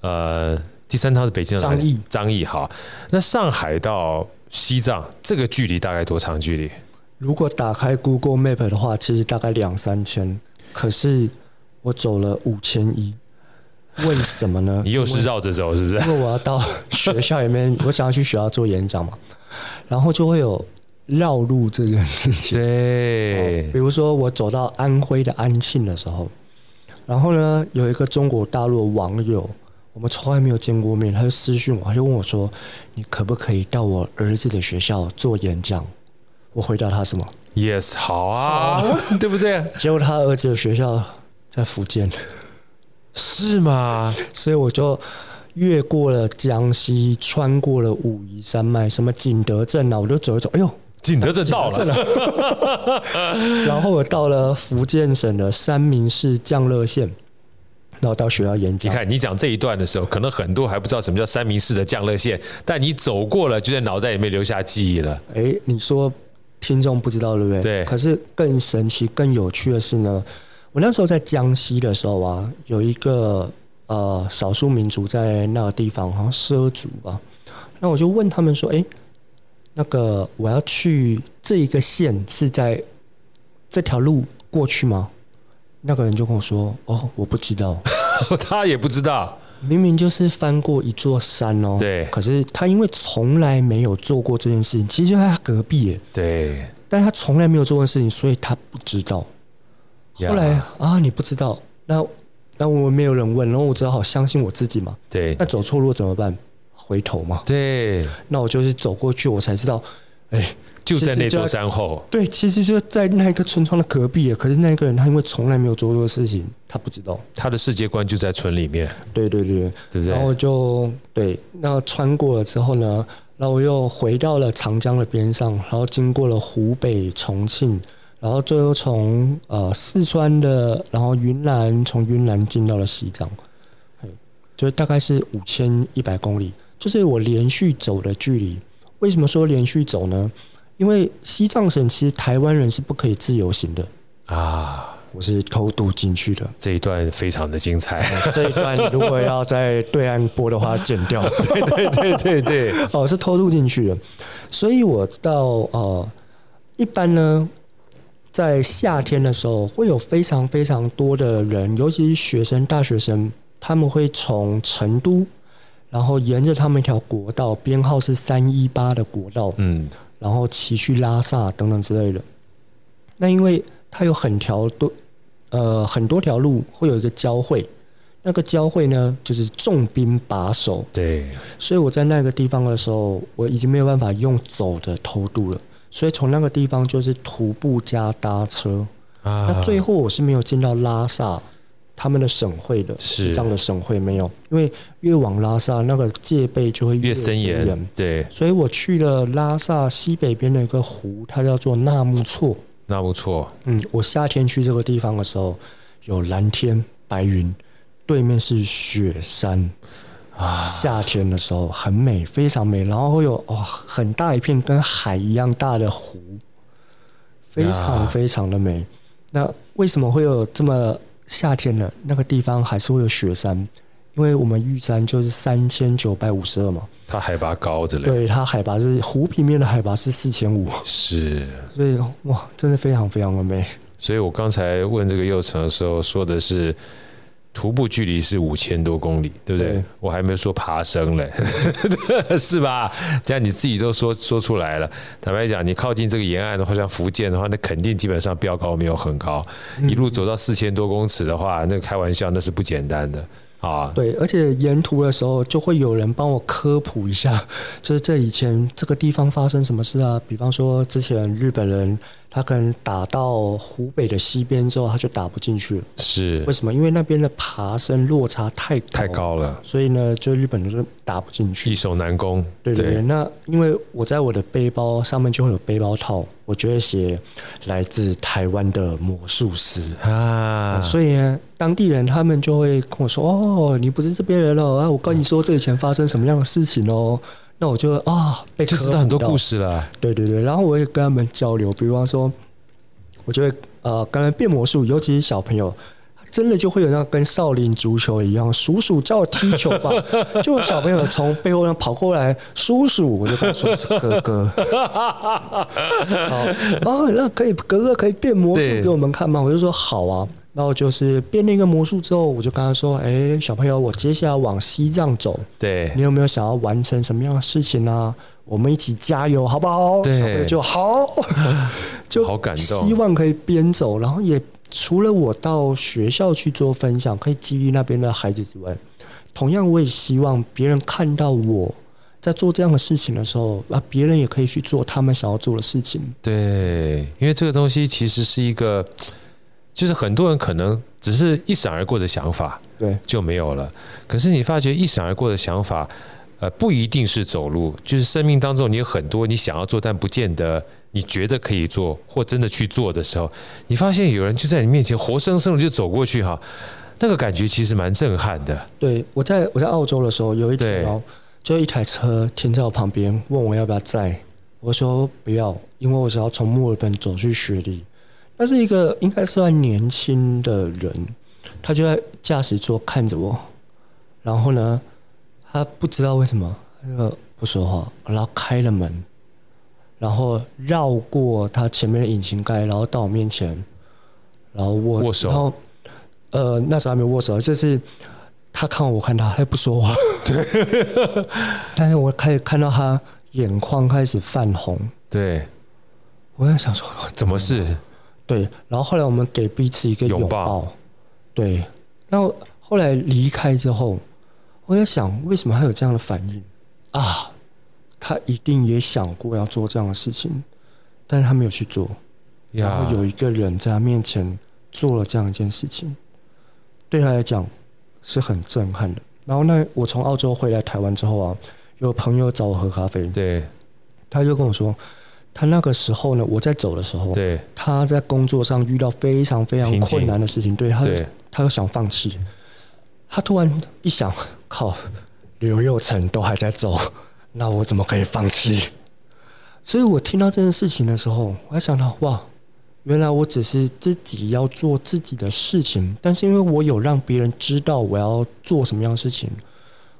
呃第三趟是北京到哪里
张掖
张掖好。那上海到西藏这个距离大概多长距离？
如果打开 Google Map 的话，其实大概两三千，可是我走了五千一，为什么呢？
你又是绕着走是不 是？
因为我要到学校里面，我想要去学校做演讲嘛，然后就会有绕路这件事情。
对
哦比，如说我走到安徽的安庆的时候，然后呢，有一个中国大陆的网友，我们从来没有见过面，他就私讯我，他就问我说：“你可不可以到我儿子的学校做演讲？”我回答他什么？
yes，好啊， 对不对？
结果他儿子的学校在福建，
是吗？
所以我就越过了江西，穿过了武夷山脉，什么景德镇啊，我就走一走，哎呦，
景德镇到了，
然后我到了福建省的三明市降乐县，然后到学校演
你
讲。
看，你讲这一段的时候，可能很多还不知道什么叫三明市的降乐线，但你走过了，就在脑袋里面留下记忆了。
哎，你说听众不知道对不对？
对
可是更神奇、更有趣的是呢，我那时候在江西的时候啊，有一个呃少数民族在那个地方，好像畲族吧。那我就问他们说：“哎，那个我要去这一个县是在这条路过去吗？”那个人就跟我说：“哦，我不 知道。”
他也不知道，
明明就是翻过一座山哦，
对
可是他因为从来没有做过这件事情，其实就在他隔壁耶，
对，
但他从来没有做过的事情，所以他不知道。
呀
后来啊，你不知道，那那我没有人问，然后我只好相信我自己嘛。
对
那走错路怎么办？回头嘛。
对，
那我就是走过去，我才知道，哎，
就在那
其实就
座
在
山后。
对，其实就在那个村庄的隔壁耶。可是那个人他因为从来没有做过的事情，他不知道。
他的世界观就在村里面，
对对对对。
对不
然
对？
后就对，那穿过了之后呢，然后我又回到了长江的边上，然后经过了湖北、重庆，然后最后从呃四川的，然后云南，从云南进到了西藏，嘿就大概是五千一百公里，就是我连续走的距离。为什么说连续走呢？因为西藏省其实台湾人是不可以自由行的，
啊，
我是偷渡进去的。
这一段非常的精彩。
这一段如果要在对岸播的话，剪掉。
对对对对对，
哦，是偷渡进去的，所以我到呃，一般呢，在夏天的时候会有非常非常多的人，尤其是学生、大学生，他们会从成都，然后沿着他们一条国道，编号是三一八的国道，
嗯，
然后骑去拉萨等等之类的。那因为它有很条多，呃，很多条路会有一个交汇，那个交汇呢就是重兵把守，
对，
所以我在那个地方的时候，我已经没有办法用走的偷渡了，所以从那个地方就是徒步加搭车。
啊，
那最后我是没有进到拉萨他们的省会的，
是
西藏的省会没有，因为越往拉萨那个戒备就会
越
森
森严，对，
所以我去了拉萨西北边的一个湖，它叫做纳木错。
那不错，
嗯，我夏天去这个地方的时候，有蓝天白云，对面是雪山啊。夏天的时候很美，非常美，然后会有哇、很大一片跟海一样大的湖，非常
啊
非常的美。那为什么会有这么夏天呢？那个地方还是会有雪山，因为我们玉山就是三千九百五十二嘛，
它海拔高之类的，
对，它海拔是湖平面的海拔是四千五，
是。
所以哇，真的非常非常的美。
所以我刚才问这个右城的时候，说的是徒步距离是五千多公里，对不对？
对
我还没有说爬升嘞， 是吧？这样你自己都说说出来了。坦白讲，你靠近这个沿岸的话，像福建的话，那肯定基本上标高没有很高，
嗯
一路走到四千多公尺的话，那开玩笑那是不简单的啊。
对，而且沿途的时候就会有人帮我科普一下， 就是这以前这个地方发生什么事啊？比方说之前日本人他可能打到湖北的西边之后，他就打不进去了，
是
为什么？因为那边的爬升落差太高
太，高了，
所以呢，就日本人就打不进去
哦易。守难攻。
对对对，那因为我在我的背包上面就会有背包套，我就会写来自台湾的魔术师。
啊，
所以呢，当地人他们就会跟我说：“哦，你不是这边人哦，啊，我跟你说这以前发生什么样的事情哦。”那我就啊、被
就知道很多故
事。
事了。
对对对，然后我也跟他们交流，比方说，我就会呃，刚才变魔术，尤其是小朋友。真的就会有那个跟少林足球一样，叔叔叫我踢球吧，就有小朋友从背后上跑过来，叔叔，我就跟他说是哥哥。好，哦，那可以，哥哥可以变魔术
对
给我们看吗？我就说好啊。然后就是变那个魔术之后，我就跟他说，哎、小朋友，我接下来往西藏走，
对
你有没有想要完成什么样的事情啊？我们一起加油，好不好？
对
小朋友就 好，就
好感动
希望可以边走，然后也除了我到学校去做分享，可以激励那边的孩子之外，同样我也希望别人看到我在做这样的事情的时候，啊，别人也可以去做他们想要做的事情。
对，因为这个东西其实是一个，就是很多人可能只是一闪而过的想法
对，
就没有了。可是你发觉一闪而过的想法，呃，不一定是走路，就是生命当中你有很多你想要做但不见得你觉得可以做或真的去做的时候，你发现有人就在你面前活生生的就走过去哈，那个感觉其实蛮震撼的。
对我在我在澳洲的时候，有一
对
天哦，就一台车停在我旁边，问我要不要载，我说不要，因为我想要从墨尔本走去雪梨。那是一个应该算年轻的人，他就在驾驶座看着我，然后呢，他不知道为什么他就不说话，然后开了门，然后绕过他前面的引擎盖，然后到我面前，然后握
握手
然后呃那时候还没有握手，就是他看我，我看他，他也不说话， 但是我开始看到他眼眶开始泛红，
对，
我在想说
怎么是
对，然后后来我们给彼此一个
拥
拥
抱
对。那我后来离开之后，我在想，为什么他有这样的反应啊？他一定也想过要做这样的事情，但是他没有去做。然
呀
后？有一个人在他面前做了这样一件事情，对他来讲是很震撼的。然后那我从澳洲回来台湾之后啊，有朋友找我喝咖啡，
对
他就跟我说，他那个时候呢，我在走的时候，
对
他在工作上遇到非常非常
瓶颈
困难的事情，对他，
对，
他又想放弃。他突然一想，靠，刘佑成都还在走，那我怎么可以放弃？所以我听到这件事情的时候，我还想到，哇，原来我只是自己要做自己的事情，但是因为我有让别人知道我要做什么样的事情，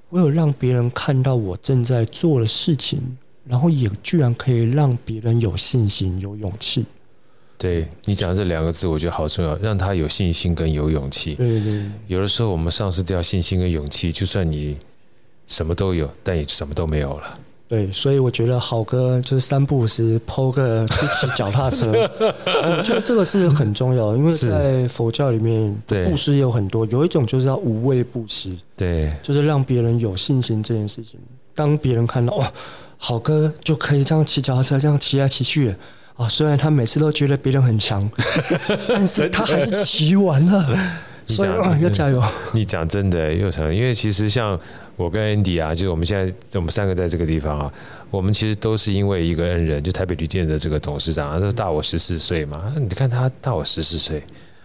我有让别人看到我正在做的事情，然后也居然可以让别人有信心、有勇气。
对你讲这两个字，我觉得好重要，让他有信心跟有勇气。
对对对。
有的时候我们丧失掉信心跟勇气，就算你什么都有，但也什么都没有了。
对，所以我觉得好哥就是三不五时抛个去骑脚踏 车，我觉得这个是很重要的，因为
是
在佛教里面，
对
布施有很多，有一种就是要无畏布施，
对，
就是让别人有信心这件事情。当别人看到哇，好哥就可以这样骑脚踏车，这样骑来骑去。啊，虽然他每次都觉得别人 很强，但是他还是骑完了，
你
所以
讲
啊，要加油。
你讲真的，又成，因为其实像我跟 Andy 啊，就是我们现在我们三个在这个地方啊，我们其实都是因为一个恩人，就台北旅店的这个董事长啊，他大我十四岁嘛。你看他大我十四岁，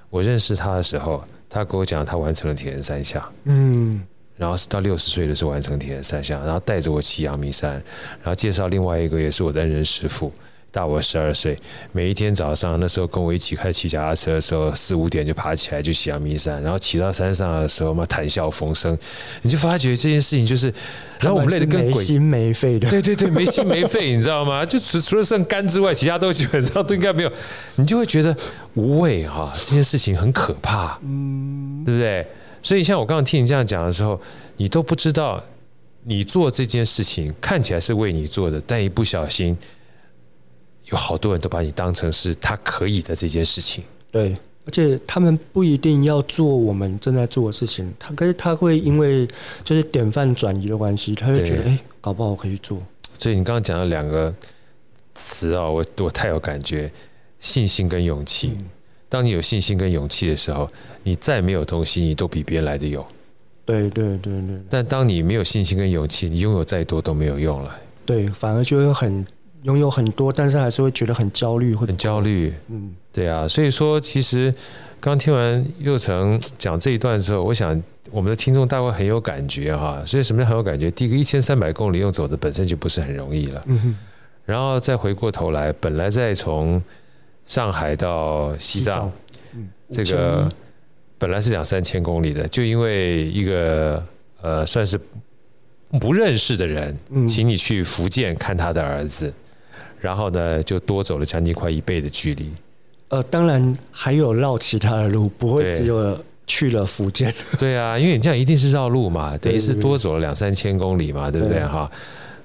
我认识他的时候，他跟我讲他完成了铁人三项。
嗯，
然后是到六十岁的时候完成铁人三项，然后带着我骑阳明山，然后介绍另外一个也是我的恩人师傅，大我十二岁，每一天早上那时候跟我一起开始骑脚踏车的时候，四五点就爬起来就骑阳明山，然后骑到山上的时候嘛，谈笑风生，你就发觉这件事情就是，然后我们累得
他是
跟
没
鬼。
心没肺的，
对对对，没心没肺，你知道吗？就除除了剩肝之外，其他都基本上都应该没有，你就会觉得无畏哈、这件事情很可怕。
嗯，
对不对？所以像我刚刚听你这样讲的时候，你都不知道你做这件事情看起来是为你做的，但一不小心，有好多人都把你当成是他可以的这件事情。
对，而且他们不一定要做我们正在做的事情，他可是他会因为就是典范转移的关系，他会觉得
嗯对
哎、搞不好我可以做。
所以你刚刚讲的两个词啊、我我太有感觉，信心跟勇气。当你有信心跟勇气的时候，你再没有东西，你都比别人来的有。
对对对对
但当你没有信心跟勇气，你拥有再多都没有用了，
对，反而就会很拥有很多，但是还是会觉得很焦虑，会
很焦虑。
嗯，
对啊，所以说其实刚听完佑成讲这一段之后，我想我们的听众大概很有感觉哈、所以什么叫很有感觉？第一个，一千三百公里用走的本身就不是很容易了，
嗯哼，
然后再回过头来，本来再从上海到西藏，
嗯，
这个本来是两三千公里的，就因为一个呃算是不认识的人，
嗯
请你去福建看他的儿子，然后呢就多走了将近快一倍的距离。
呃，当然还有绕其他的路，不会
对
只有去了福建。
对啊，因为你这样一定是绕路嘛，等于是
对对
多走了两三千公里嘛，对不对
对
哈？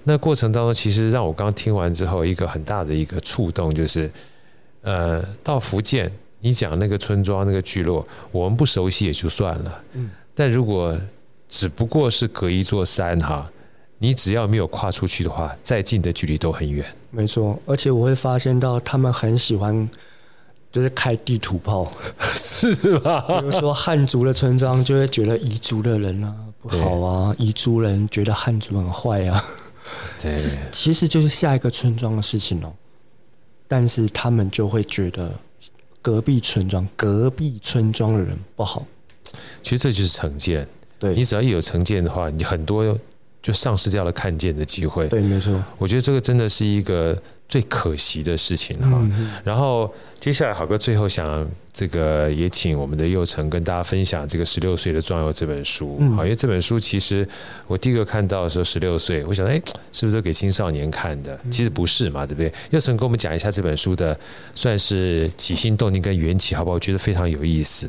那过程当中，其实让我刚听完之后，一个很大的一个触动就是，呃，到福建，你讲那个村庄、那个聚落，我们不熟悉也就算了，
嗯
但如果只不过是隔一座山哈，你只要没有跨出去的话，再近的距离都很远。
没错，而且我会发现到他们很喜欢。就是开地图炮，
是吧？
比如说汉族的村庄就会觉得彝族的人啊不好啊，彝族人觉得汉族很坏啊，
对，
其实就是下一个村庄的事情哦。但是他们就会觉得隔壁村庄、隔壁村庄的人不好，
其实这就是成见。
对
你只要一有成见的话，你很多就丧失掉了看见的机会。
对，没错，
我觉得这个真的是一个最可惜的事情哈。
嗯，
然后接下来，好哥最后想这个也请我们的佑成跟大家分享这个《十六岁的壮游》这本书，
嗯
好、因为这本书其实我第一个看到的时候十六岁，我想哎，是不是都给青少年看的？
嗯
其实不是嘛，对不对？佑成跟我们讲一下这本书的算是起心动念跟缘起，好不好？我觉得非常有意思。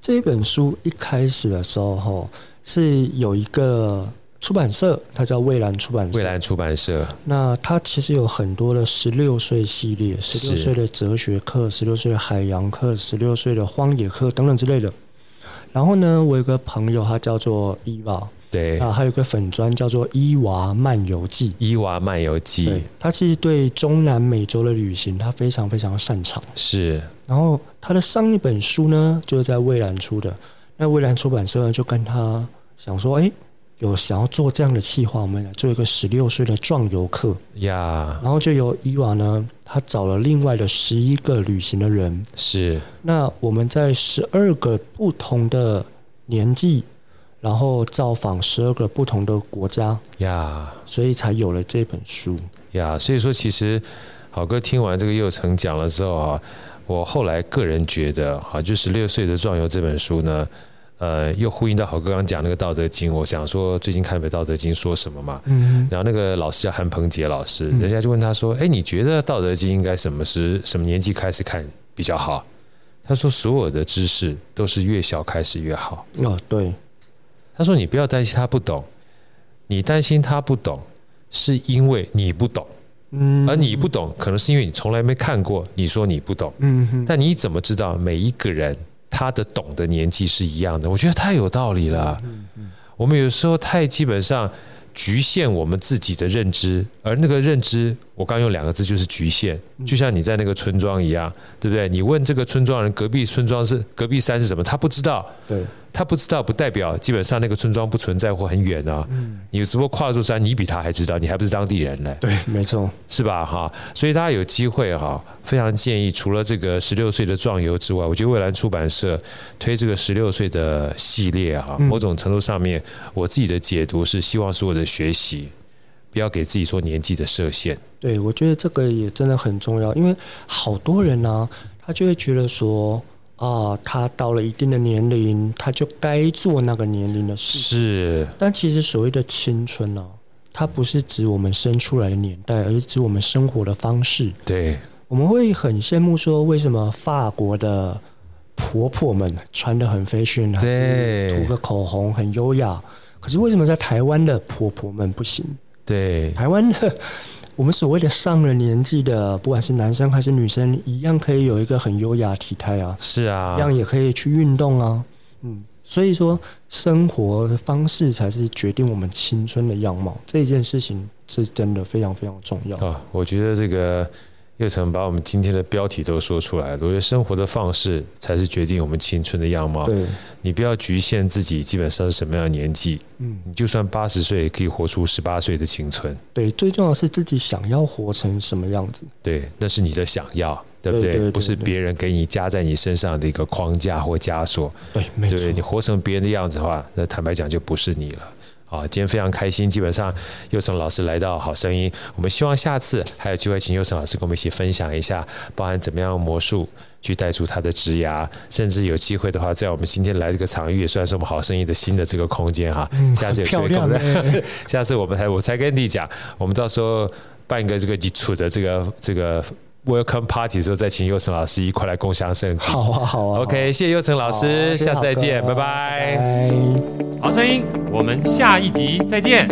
这本书一开始的时候哈、是有一个出版社，它叫蔚蓝出版社，
蔚蓝出版社，
那它其实有很多的十六岁系列，十六
是
岁的哲学课、十六岁的海洋课、十六岁的荒野课等等之类的。然后呢，我有个朋友，他叫做伊娃，
对，
啊，还有个粉砖叫做伊娃漫游记。
伊娃漫游记》
对，他其实对中南美洲的旅行，他非常非常擅长。
是
然后他的上一本书呢，就是在蔚蓝出的。那蔚蓝出版社呢，就跟他想说，哎，有想要做这样的计划，我们来做一个十六岁的壮游客。
呀，
然后就由伊娃呢，他找了另外的十一个旅行的人。
是
那我们在十二个不同的年纪，然后造访十二个不同的国家，
呀。
所以才有了这本书。
呀，所以说其实好哥听完这个佑成讲了之后啊，我后来个人觉得哈，就《十六岁的壮游》这本书呢，呃，又呼应到好哥刚讲那个《道德经》，我想说最近看本《道德经》说什么嘛。
嗯，
然后那个老师叫韩鹏杰老师，人家就问他说：“哎，你觉得《道德经》应该什么时什么年纪开始看比较好？”他说：“所有的知识都是越小开始越好。”
哦，对，
他说：“你不要担心他不懂，你担心他不懂，是因为你不懂，
嗯
而你不懂，可能是因为你从来没看过。你说你不懂，
嗯哼，
但你怎么知道每一个人他的懂的年纪是一样的？我觉得太有道理了。我们有时候太基本上局限我们自己的认知，而那个认知，我刚用两个字就是局限。嗯就像你在那个村庄一样，对不对？你问这个村庄人隔壁村庄是隔壁山是什么，他不知道。
对，
他不知道，不代表基本上那个村庄不存在或很远啊。你只不过跨座山，你比他还知道，你还不是当地人嘞。
对，哎没错，
是吧？哈，所以大家有机会哈，非常建议除了这个十六岁的壮游之外，我觉得蔚蓝出版社推这个十六岁的系列
嗯
哈，某种程度上面，我自己的解读是希望所有的学习不要给自己说年纪的设限。
对，我觉得这个也真的很重要，因为好多人呢、他就会觉得说啊，他到了一定的年龄，他就该做那个年龄的事。
是，
但其实所谓的青春呢、它不是指我们生出来的年代，而是指我们生活的方式。
对，
我们会很羡慕说，为什么法国的婆婆们穿的很 fashion，还是
对
涂个口红很优雅？可是为什么在台湾的婆婆们不行？
对，
台湾的我们所谓的上了年纪的，不管是男生还是女生，一样可以有一个很优雅的体态啊，
是
一
啊
样，也可以去运动啊。嗯，所以说生活的方式才是决定我们青春的样貌，这件事情是真的非常非常重要。
啊，我觉得这个。又成把我们今天的标题都说出来了，我觉得生活的方式才是决定我们青春的样貌。
对，
你不要局限自己，基本上是什么样的年纪，
嗯，
你就算八十岁，也可以活出十八岁的青春。
对，最重要的是自己想要活成什么样子。
对，那是你的想要，对不
对对对
不是
对
别人给你加在你身上的一个框架或枷锁，
对，没
对
错
不，对？你活成别人的样子的话，那坦白讲就不是你了。啊，今天非常开心，基本上佑成老师来到《好声音》，我们希望下次还有机会请佑成老师跟我们一起分享一下，包含怎么样用魔术去带出他的职涯，甚至有机会的话，在我们今天来这个场域，也算是我们《好声音》的新的这个空间哈、
嗯
下次有
很
机会
漂
跟我
亮
们
欸、
下次我们才我才跟你讲，我们到时候办一个这个基础的这个这个 welcome party 的时候，再请佑成老师一块来共享盛举。
好啊，好 啊。
OK，谢谢佑成老
好啊
师，
谢谢
下次再
好哥
见，拜
拜
拜。
拜
好声音，我们下一集再见。